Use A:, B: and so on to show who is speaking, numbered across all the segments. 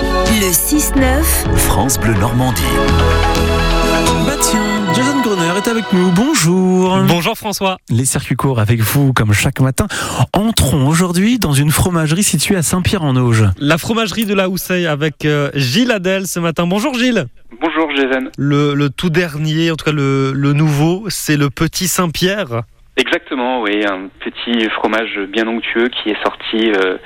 A: Le 6-9,
B: France Bleu Normandie.
C: Bah tiens, Jason Groner est avec nous. Bonjour.
D: Bonjour François.
C: Les circuits courts avec vous, comme chaque matin. Entrons aujourd'hui dans une fromagerie située à Saint-Pierre-en-Auge.
D: La fromagerie de la Houssaye avec euh, Gilles Adel ce matin. Bonjour Gilles.
E: Bonjour Jason.
D: Le, le tout dernier, en tout cas le, le nouveau, c'est le petit Saint-Pierre.
E: Exactement, oui, un petit fromage bien onctueux qui est sorti euh,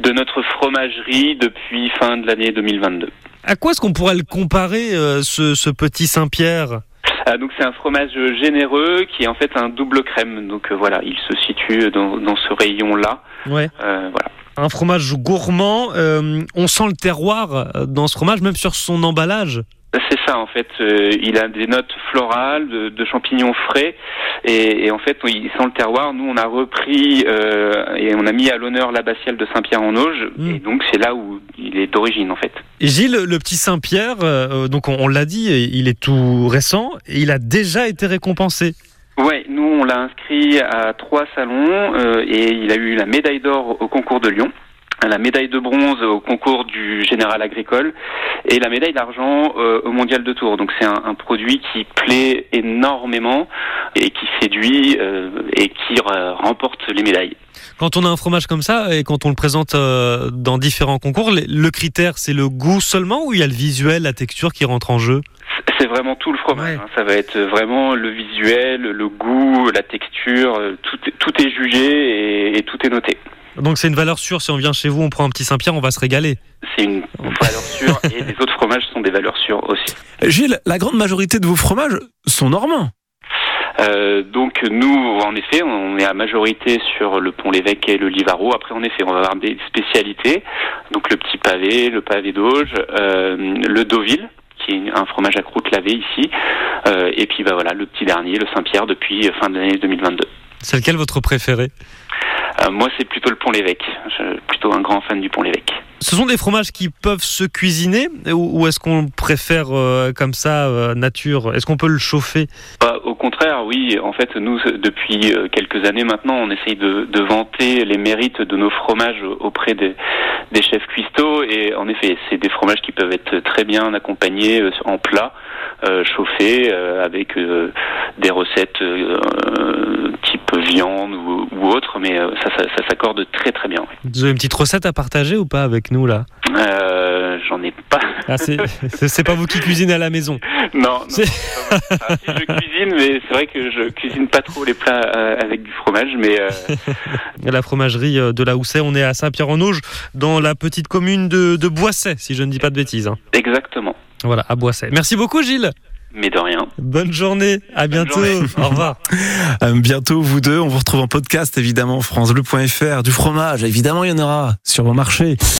E: de notre fromagerie depuis fin de l'année 2022.
D: À quoi est-ce qu'on pourrait le comparer, euh, ce, ce petit Saint-Pierre
E: Ah, donc c'est un fromage généreux qui est en fait un double crème. Donc euh, voilà, il se situe dans, dans ce rayon-là.
D: Ouais.
E: Euh, voilà.
D: Un fromage gourmand. euh, on sent le terroir euh, dans ce fromage, même sur son emballage.
E: C'est ça en fait, Euh, il a des notes florales, de, de champignons frais et, et en fait il sent le terroir, nous on a repris euh, et on a mis à l'honneur l'abbatiale de Saint-Pierre-en-Auge
D: Mm.
E: et donc c'est là où il est d'origine en fait.
D: Gilles, le petit Saint-Pierre, euh, donc on, on l'a dit, il est tout récent. et il a déjà été récompensé.
E: Ouais, nous on l'a inscrit à trois salons euh, et il a eu la médaille d'or au concours de Lyon, la médaille de bronze au concours du général agricole et la médaille d'argent euh, au mondial de Tours. Donc c'est un, un produit qui plaît énormément et qui séduit euh, et qui euh, remporte les médailles.
D: Quand on a un fromage comme ça et quand on le présente euh, dans différents concours, le- le critère c'est le goût seulement ou il y a le visuel, la texture qui rentre en jeu
E: C'est vraiment tout le
D: Ouais.
E: fromage. hein. Ça va être vraiment le visuel, le goût, la texture. euh, Tout, est- tout est jugé et- et tout est noté.
D: Donc c'est une valeur sûre, si on vient chez vous, on prend un petit Saint-Pierre, on va se régaler.
E: C'est une valeur sûre et les autres fromages sont des valeurs sûres aussi.
C: Gilles, la grande majorité de vos fromages sont normands.
E: Euh, donc nous, en effet, on est à majorité sur le pont l'évêque et le Livaro. Après, en effet, on va avoir des spécialités. Donc le petit pavé, le pavé d'Auge, euh, le Deauville, qui est un fromage à croûte lavée ici. Euh, et puis bah voilà, le petit dernier, le Saint-Pierre, depuis euh, fin de l'année 2022.
D: C'est lequel votre préféré
E: Euh, moi, c'est plutôt le pont l'évêque. Je suis plutôt un grand fan du pont l'évêque.
D: Ce sont des fromages qui peuvent se cuisiner ou, ou est-ce qu'on préfère euh, comme ça, euh, nature Est-ce qu'on peut le chauffer
E: Bah, au contraire, oui. En fait, nous, depuis euh, quelques années maintenant, on essaye de, de vanter les mérites de nos fromages auprès des, des chefs cuistots. Et en effet, c'est des fromages qui peuvent être très bien accompagnés euh, en plat, euh, chauffés, euh, avec euh, des recettes euh, euh, type viande ou, ou autre. Mais euh, ça, ça, ça s'accorde très très bien. oui.
D: Vous avez une petite recette à partager ou pas avec nous là
E: Euh, J'en ai pas.
D: Ah, c'est- C'est c'est pas vous qui cuisinez à la maison.
E: Non, non,
D: C'est-
E: c'est pas vrai. Ah, si, je cuisine, mais c'est vrai que je cuisine pas trop les plats euh, avec du fromage, mais. euh,
D: À la fromagerie euh, de la Houssaye, on est à Saint-Pierre-en-Auge, dans la petite commune de, de Boisset, si je ne dis pas de bêtises. hein.
E: Exactement.
D: Voilà, à Boisset. Merci beaucoup Gilles.
E: Mais de rien.
D: Bonne journée, à
E: Bonne
D: bientôt.
E: journée.
D: Au revoir.
C: Euh, bientôt, vous deux, on vous retrouve en podcast, évidemment, francebleu.fr. Du fromage, évidemment, il y en aura sur vos marchés.